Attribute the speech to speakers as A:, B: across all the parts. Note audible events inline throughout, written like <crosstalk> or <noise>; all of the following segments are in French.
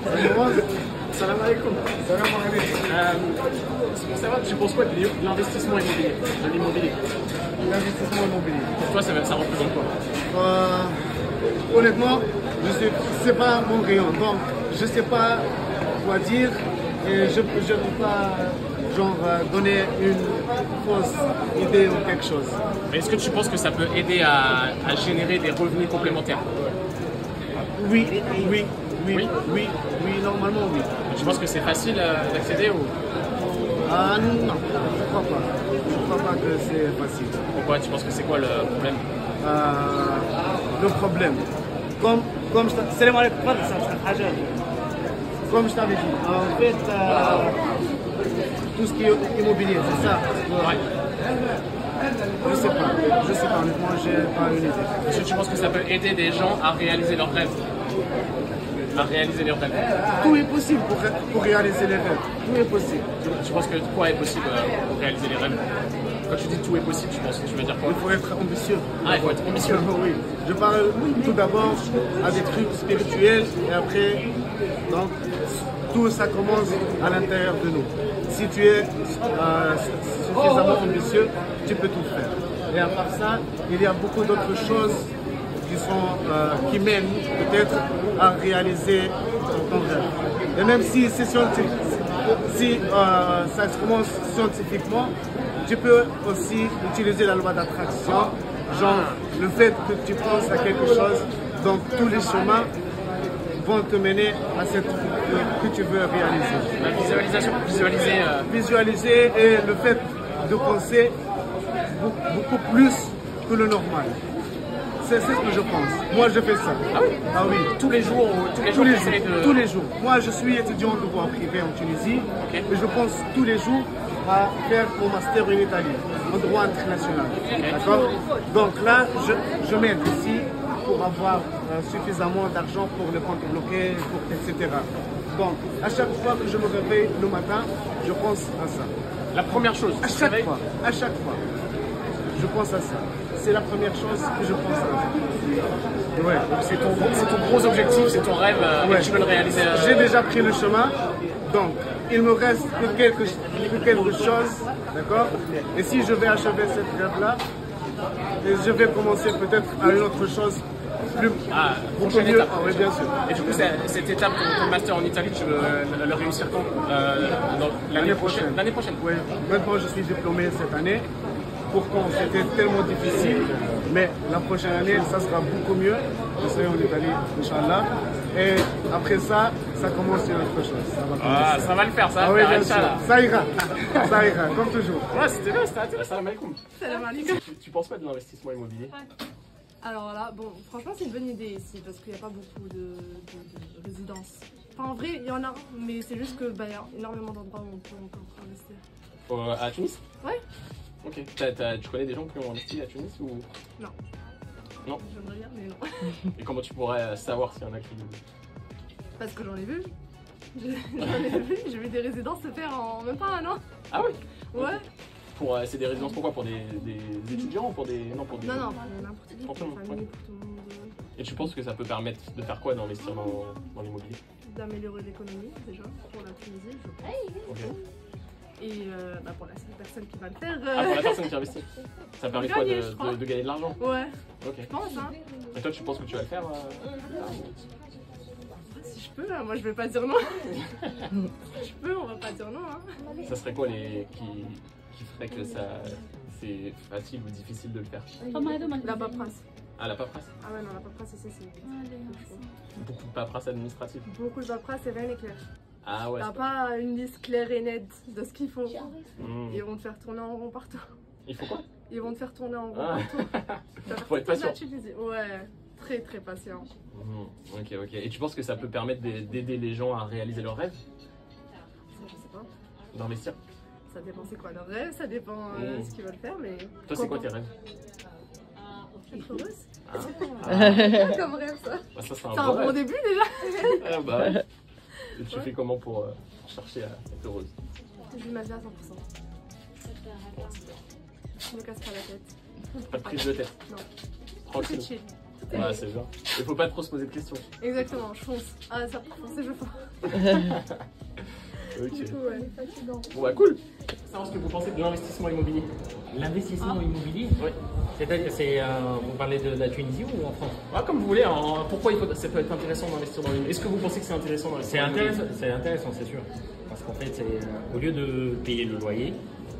A: Salam alaikum.
B: Salam alaikum.
A: Euh, ce qu'on savoir, tu penses quoi de l'investissement immobilier De l'immobilier
B: L'investissement immobilier.
A: Pour toi, ça, va- ça représente quoi
B: Euh, honnêtement, je sais, c'est pas mon rayon, donc je sais pas quoi dire et je je peux pas genre euh, donner une fausse idée ou quelque chose.
A: Mais Est-ce que tu penses que ça peut aider à, à générer des revenus complémentaires
B: Oui, oui, oui,
A: Oui.
B: oui, oui, normalement oui.
A: Tu penses que c'est facile euh, d'accéder ou
B: Ah non, je crois pas. Je crois pas que c'est facile.
A: pourquoi Tu penses que c'est quoi le problème
B: Euh, le problème. Comme, comme je t'a-
C: السلام عليكم تفضل استاذ حاجه
B: Comme je t'avais dit, en fait, euh, tout ce qui est immobilier, c'est ça.
A: Ouais.
B: Je sais pas, je sais pas, honnêtement, j'ai pas une idée.
A: Est-ce que tu penses que ça peut aider des gens à réaliser leurs rêves À réaliser leurs rêves
B: Tout est possible pour, ré- pour réaliser les rêves, tout est possible.
A: Tu, tu penses que quoi est possible euh, pour réaliser les rêves Quand tu dis tout est possible, tu penses, tu veux dire quoi
B: Il faut être ambitieux.
A: Ah, il faut être ambitieux.
B: Oui, je parle tout d'abord à des trucs spirituels et après, donc, tout ça commence à l'intérieur de nous. Si tu es euh, suffisamment ambitieux, tu peux tout faire. Et à part ça, il y a beaucoup d'autres choses qui, sont, euh, qui mènent peut-être à réaliser ton rêve. Et même si c'est scientifique, si euh, ça se commence scientifiquement, tu peux aussi utiliser la loi d'attraction. Genre, le fait que tu penses à quelque chose, donc tous les chemins vont te mener à cette euh, que, que tu veux réaliser.
A: La visualisation, visualiser. euh,
B: Visualiser et le fait de penser beaucoup, beaucoup plus que le normal. C'est c'est ce que je pense. Moi, je fais ça.
A: Ah oui
B: Ah oui.
A: tous les jours, ou- tous les
B: Tous
A: jours,
B: les jours,
A: t'essayes de-
B: tous les jours. Moi, je suis étudiant de droit privé en Tunisie
A: Ok.
B: et je pense tous les jours à faire mon master en Italie, en droit international. D'accord Donc là, je, je m'aide ici pour avoir euh, suffisamment d'argent pour le compte bloqué, pour, etc. Donc, à chaque fois que je me réveille le matin, je pense à ça.
A: La première chose.
B: À
A: tu te
B: chaque
A: réveilles,
B: fois, à chaque fois, je pense à ça. C'est la première chose que je pense à. Ouais.
A: C'est ton, c'est ton gros objectif, c'est ton rêve, euh, et
B: Ouais.
A: tu veux le réaliser. euh,
B: J'ai déjà pris le chemin, donc il me reste que quelque, que quelque chose, d'accord Et si je vais achever cette grève-là, et je vais commencer peut-être à une autre chose plus,
A: Ah,
B: beaucoup
A: prochaine
B: mieux.
A: étape.
B: Ah oui, bien sûr.
A: Et du coup, c'est- cette étape, ton, ton master en Italie, tu veux le, le réussir quand Euh, dans- L'année prochaine. L'année prochaine.
B: Ouais. Maintenant, je suis diplômé cette année. Pourtant, c'était tellement difficile, mais la prochaine année, ça sera beaucoup mieux. Je serai en Italie, Inch'Allah. Et après ça, ça commence une autre chose. Ça va
A: Ah,
B: commencer.
A: ça va le faire, ça va
B: Ah oui,
A: le
B: bien
A: faire,
B: sûr.
A: Inch'Allah.
B: Ça ira. Ça ira, comme toujours.
A: Ouais, c'était bien, c'était intéressant. Salam alaikum.
D: Salam alaikum.
A: Tu, tu penses pas de l'investissement immobilier
D: Alors là, bon, franchement, c'est une bonne idée ici parce qu'il n'y a pas beaucoup de, de- de résidences. Enfin, en vrai, il y en a, mais c'est juste que bah, il y a énormément d'endroits où on peut encore investir.
A: Faut, euh, À Tunis
D: Ouais.
A: Ok. T'as- t'as- tu connais des gens qui ont investi à Tunis ou...
D: Non.
A: Non.
D: J'aimerais bien, mais non. <laughs>
A: Et comment tu pourrais euh, savoir s'il y en a qui.
D: Parce que j'en ai vu. Je- <laughs> J'en ai vu, j'ai vu des résidences se faire en même pas un an.
A: Ah oui
D: Ouais.
A: Pour, euh, c'est des résidences pourquoi Pour des, des étudiants ou pour des. Non, pour des.
D: Non, non, pour n'importe qui, pour
A: Pour tout le monde,
D: la famille,
A: ouais.
D: pour tout le monde. euh,
A: Et tu penses que ça peut permettre de faire quoi d'investir dans, dans l'immobilier
D: D'améliorer l'économie, déjà, pour la Tunisie, je pense.
A: Ok.
D: Et euh, bah, pour la seule personne qui va le faire.
A: Ah, pour la
D: euh,
A: personne qui investit Ça permet
D: Gagner,
A: quoi de,
D: je crois.
A: de- de gagner de l'argent
D: Ouais,
A: Ok.
D: je pense, hein.
A: Et toi, tu penses que tu vas le faire euh,
D: Si je peux, hein, moi je vais pas dire non. si je peux, on va pas dire non. Hein.
A: Ça serait quoi les. qui, qui ferait que ça. c'est facile ou difficile de le faire
D: La paperasse.
A: Ah, la paperasse
D: Ah ouais, non, la paperasse, c'est ça, c'est.
A: Beaucoup de paperasse administrative.
D: Beaucoup de paperasse et rien n'est clair.
A: Ah ouais.
D: T'as pas une liste claire et nette de ce qu'il faut.
A: Hmm.
D: Ils vont te faire tourner en rond partout.
A: Il faut quoi
D: Ils vont te faire tourner en rond
A: Ah.
D: partout. T'as
A: Faut être
D: toute la
A: patient.
D: Tunisie. Ouais, très très patient.
A: Hmm. Ok, ok. Et tu penses que ça peut permettre de- d'aider les gens à réaliser leurs rêves
D: Ça, je sais pas.
A: D'investir
D: Ça dépend c'est quoi leur rêve, ça dépend euh,
A: Mm.
D: ce qu'ils veulent faire, mais.
A: Toi, c'est quoi tes rêves
D: <laughs> Être heureuse
A: Ah.
D: C'est comme rêve ça.
A: Bah, ça, c'est un
D: C'est un
A: bon
D: bon
A: rêve.
D: début déjà.
A: Ah, bah
D: <laughs>
A: ouais. Et tu
D: Ouais.
A: fais comment pour euh, chercher à être heureuse
D: Je vis ma vie à 100%. Je me casse pas la tête.
A: Pas de prise de tête.
D: Non.
A: Tranquille.
D: C'est chill.
A: Ouais, c'est bien. Il faut pas trop se poser de questions.
D: Exactement, je fonce. Ah, ça, pour foncer, je fonce.
A: Ok.
D: Du coup, ouais.
A: Bon, bah cool. Savoir ce que vous pensez de l'investissement immobilier.
C: L'investissement immobilier,
A: Oui.
C: c'est-à-dire, c'est, euh, vous parlez de la Tunisie ou en France
A: Ah, comme vous voulez, hein. pourquoi il faut- ça peut être intéressant d'investir dans l'immobilier Est-ce que vous pensez que c'est intéressant
C: C'est
A: d'investir dans
C: intéressant, c'est intéressant, c'est sûr. Parce qu'en fait, c'est, euh, au lieu de payer le loyer,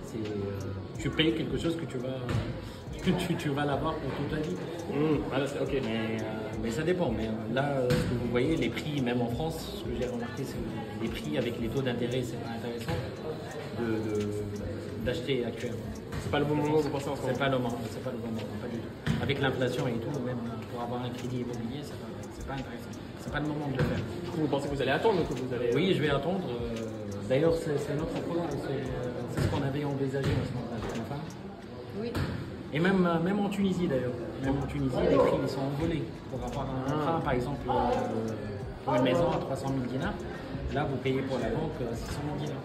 C: c'est, euh, tu payes quelque chose que tu vas, <laughs> que tu, tu vas l'avoir pour toute ta vie.
A: l'immobilier Mmh, voilà, c'est- ok.
C: Mais, euh, mais ça dépend. Mais euh, là, euh, ce que vous voyez, les prix, même en France, ce que j'ai remarqué, c'est que les prix avec les taux d'intérêt, c'est pas intéressant de- de- d'acheter actuellement.
A: C'est pas le bon moment, vous pensez en ce moment
C: C'est pas le moment, c'est pas le moment, pas du tout. Avec l'inflation et tout, même pour avoir un crédit immobilier, c'est pas, c'est pas intéressant. C'est pas le moment de le faire.
A: Du coup, vous pensez que vous allez attendre que vous allez...
C: Oui, je vais attendre. euh, D'ailleurs, c'est c'est notre programme, c'est euh, c'est ce qu'on avait envisagé en ce moment avec ma femme.
D: Oui.
C: Et même, euh, même en Tunisie d'ailleurs. Même en Tunisie, les prix ils sont envolés. Pour avoir un
A: Ah.
C: train, par exemple, euh, pour une maison à 300 000 dinars, là vous payez pour la banque euh, 600 000 dinars.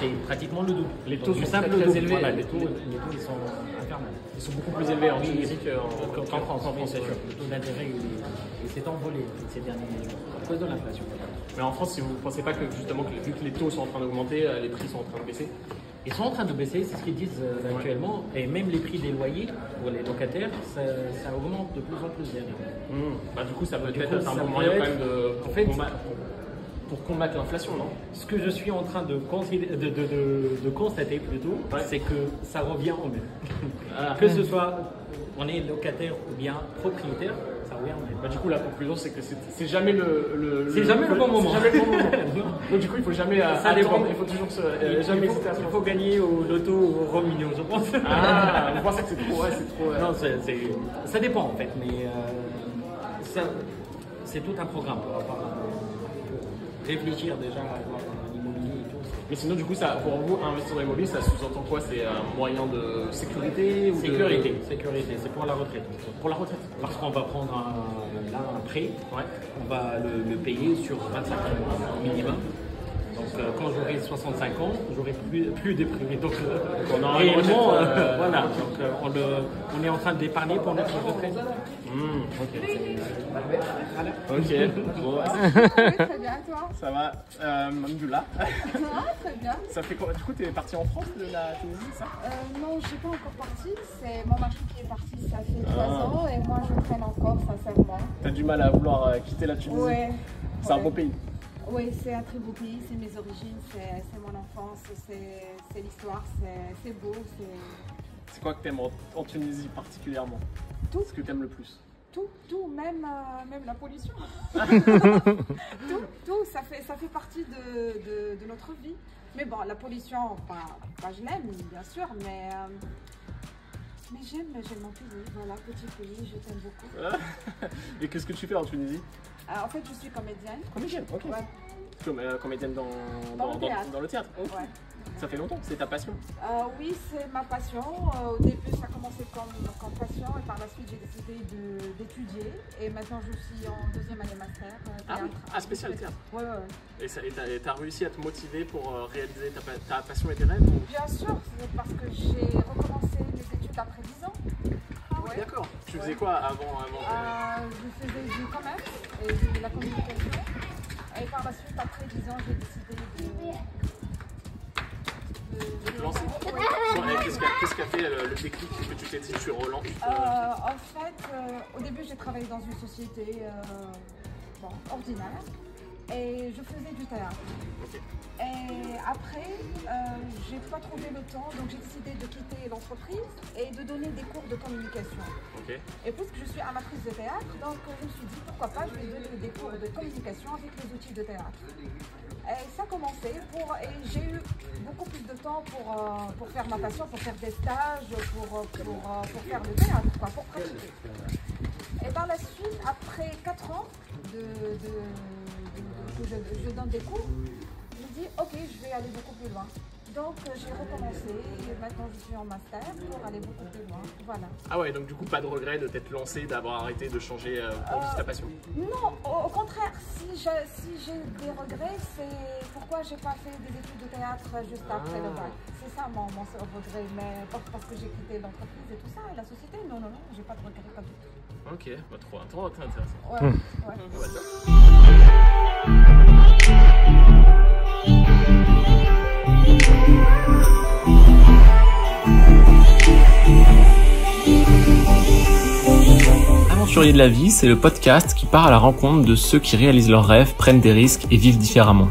C: C'est pratiquement le double.
A: Les
C: Donc,
A: taux
C: du
A: sont
C: simple
A: très, très
C: double.
A: élevés.
C: Voilà, les, taux, les taux, ils sont infernales.
A: Ils sont beaucoup plus élevés en
C: Oui,
A: Tunisie
C: oui.
A: qu'en
C: Qu'en
A: qu'en-
C: qu'en France, en
A: oui,
C: France,
A: c'est
C: c'est
A: sûr.
C: sûr. Le taux d'intérêt il- il s'est envolé ces derniers jours à cause de l'inflation.
A: Mais en France, si vous ne pensez pas que justement, que, vu que les taux sont en train d'augmenter, euh, les prix sont en train de baisser
C: Ils sont en train de baisser, c'est ce qu'ils disent euh,
A: Ouais.
C: actuellement, et même les prix des loyers pour les locataires, ça, ça augmente de plus en plus dernièrement.
A: Mmh. Bah, du coup, ça peut
C: Du
A: peut-être
C: coup,
A: être un
C: ça
A: bon
C: peut
A: moyen
C: être-
A: quand même de...
C: en fait-
A: pour combattre- pour combattre l'inflation, non
C: Ce que je suis en train de, considé- de, de- de- de constater plutôt,
A: Ouais.
C: c'est que ça revient au même.
A: Ah.
C: que ce soit on est locataire ou bien propriétaire, ça revient au même.
A: Bah, du coup, la conclusion, c'est que c'est c'est jamais le, le-
C: C'est jamais le bon moment.
A: C'est jamais le bon moment. Donc, du coup, il faut jamais euh,
C: Ça dépend.
A: attendre. Il faut toujours se. <laughs> euh,
C: il,
A: jamais
C: faut,
A: hésiter à se
C: il
A: lancer.
C: faut gagner au loto ou au Romignon, je pense. <laughs>
A: Ah, vous pensez que c'est trop. Ouais, c'est trop. euh,
C: Non, c'est- c'est- ça dépend en fait, mais euh, ça- c'est tout un programme pour avoir, pour réfléchir déjà à avoir un immobilier et tout.
A: Mais sinon, du coup, ça, pour vous, investir dans l'immobilier, ça sous-entend quoi C'est un moyen de sécurité ou de-
C: Sécurité, sécurité, c'est pour la retraite.
A: Pour la retraite
C: Parce qu'on va prendre un, là, un prêt,
A: Ouais.
C: on va le, le payer sur 25 ans au minimum. Donc euh, quand j'aurai 65 ans, j'aurai plus, plus de prêts. Donc, euh,
A: on aura une
C: réellement,
A: retraite,
C: euh,
A: euh,
C: voilà, donc euh, on, le- on est en train d'épargner pour notre retraite.
A: Hmm, Ok. Bon,
E: Ah très bien, toi
A: ça va. Euh, Alhamdoulilah.
E: Toi, très bien.
A: <laughs> Ça fait quoi Du coup, t'es parti en France de la Tunisie, c'est ça
E: Euh, non, je suis pas encore partie. C'est mon mari qui est parti, ça fait trois ans, et moi je traîne encore, sincèrement.
A: T'as du mal à vouloir euh, quitter la Tunisie
E: Ouais.
A: C'est un beau pays.
E: Oui, c'est un très beau pays, c'est mes origines, c'est c'est mon enfance, c'est c'est l'histoire, c'est- c'est beau, c'est
A: C'est quoi que t'aimes en, en Tunisie particulièrement
E: Tout.
A: Ce que t'aimes le plus
E: tout, tout, même, euh, même la pollution. <laughs> tout, tout, ça fait, ça fait partie de, de- de notre vie. Mais bon, la pollution, pas, pas je l'aime, bien sûr, mais, euh, mais j'aime j'aime mon pays, voilà, petit pays, je t'aime beaucoup.
A: Et qu'est-ce que tu fais en Tunisie
E: Euh, en fait, je suis comédienne.
A: <laughs> Comédienne, ok.
E: Ouais,
A: Comme, euh, comédienne dans,
E: Dans le théâtre.
A: dans le théâtre. ok.
E: ouais.
A: Ça fait longtemps, c'est ta passion.
E: Euh, oui, c'est ma passion. Euh, au début, ça a commencé comme, comme passion et par la suite, j'ai décidé de- d'étudier. Et maintenant, je suis en deuxième année master. euh,
A: Ah oui,
E: théâtre.
A: ah, spécial théâtre.
E: Ouais, ouais, ouais.
A: Et ça- et t'as et t'as réussi à te motiver pour euh, réaliser ta, pa- ta passion et tes rêves ou-
E: Bien sûr, c'est parce que j'ai recommencé mes études après 10 ans. Ouais.
A: D'accord. Tu faisais
E: Ouais.
A: quoi avant, avant
E: Euh, je faisais du commerce et de la communication. Et par la suite, après 10 ans, j'ai décidé de... euh, de-
A: de te lancer
E: Ouais.
A: Bon, et Qu'est-ce qu'a qu'est-ce qu'a fait euh, le déclic que tu t'es dit tu relances tu te-
E: Euh, en fait, euh, au début, j'ai travaillé dans une société euh, bon, ordinaire et je faisais du théâtre. Et après, euh, j'ai pas trouvé le temps, donc j'ai décidé de quitter l'entreprise et de donner des cours de communication.
A: Ok.
E: Et puisque je suis amatrice de théâtre, donc euh, je me suis dit pourquoi pas, je vais donner des cours de communication avec les outils de théâtre. Et ça a commencé pour, et j'ai eu beaucoup plus de temps pour, euh, pour faire ma passion, pour faire des stages, pour, euh, pour, euh, pour faire le théâtre, quoi, pour pratiquer. Et par la suite, après 4 ans de, de- de- que je, je donne des cours, je me dis ok, je vais aller beaucoup plus loin. Donc euh, j'ai recommencé et maintenant je suis en master pour aller beaucoup plus loin. Voilà.
A: Ah ouais, donc du coup, pas de regret de t'être lancé, d'avoir arrêté, de changer euh, pour vivre ta passion.
E: Non, au, au contraire, si j'ai si j'ai des regrets, c'est pourquoi j'ai pas fait des études de théâtre juste après le bac. C'est ça mon, mon seul regret, mais pas parce que j'ai quitté l'entreprise et tout ça et la société. Non, non, non, j'ai pas de regrets pas du tout.
A: Ok, bah, trop, trop intéressant.
E: Ouais, ouais.
F: Aventurier de la vie, c'est le podcast qui part à la rencontre de ceux qui réalisent leurs rêves, prennent des risques et vivent différemment.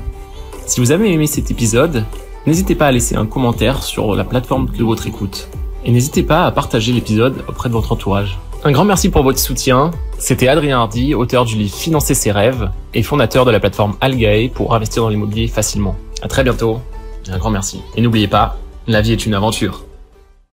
F: Si vous avez aimé cet épisode, n'hésitez pas à laisser un commentaire sur la plateforme de votre écoute. Et n'hésitez pas à partager l'épisode auprès de votre entourage. Un grand merci pour votre soutien. C'était Adrien Hardy, auteur du livre Financer ses rêves et fondateur de la plateforme Algae pour investir dans l'immobilier facilement. À très bientôt. et Un grand merci. Et n'oubliez pas, la vie est une aventure.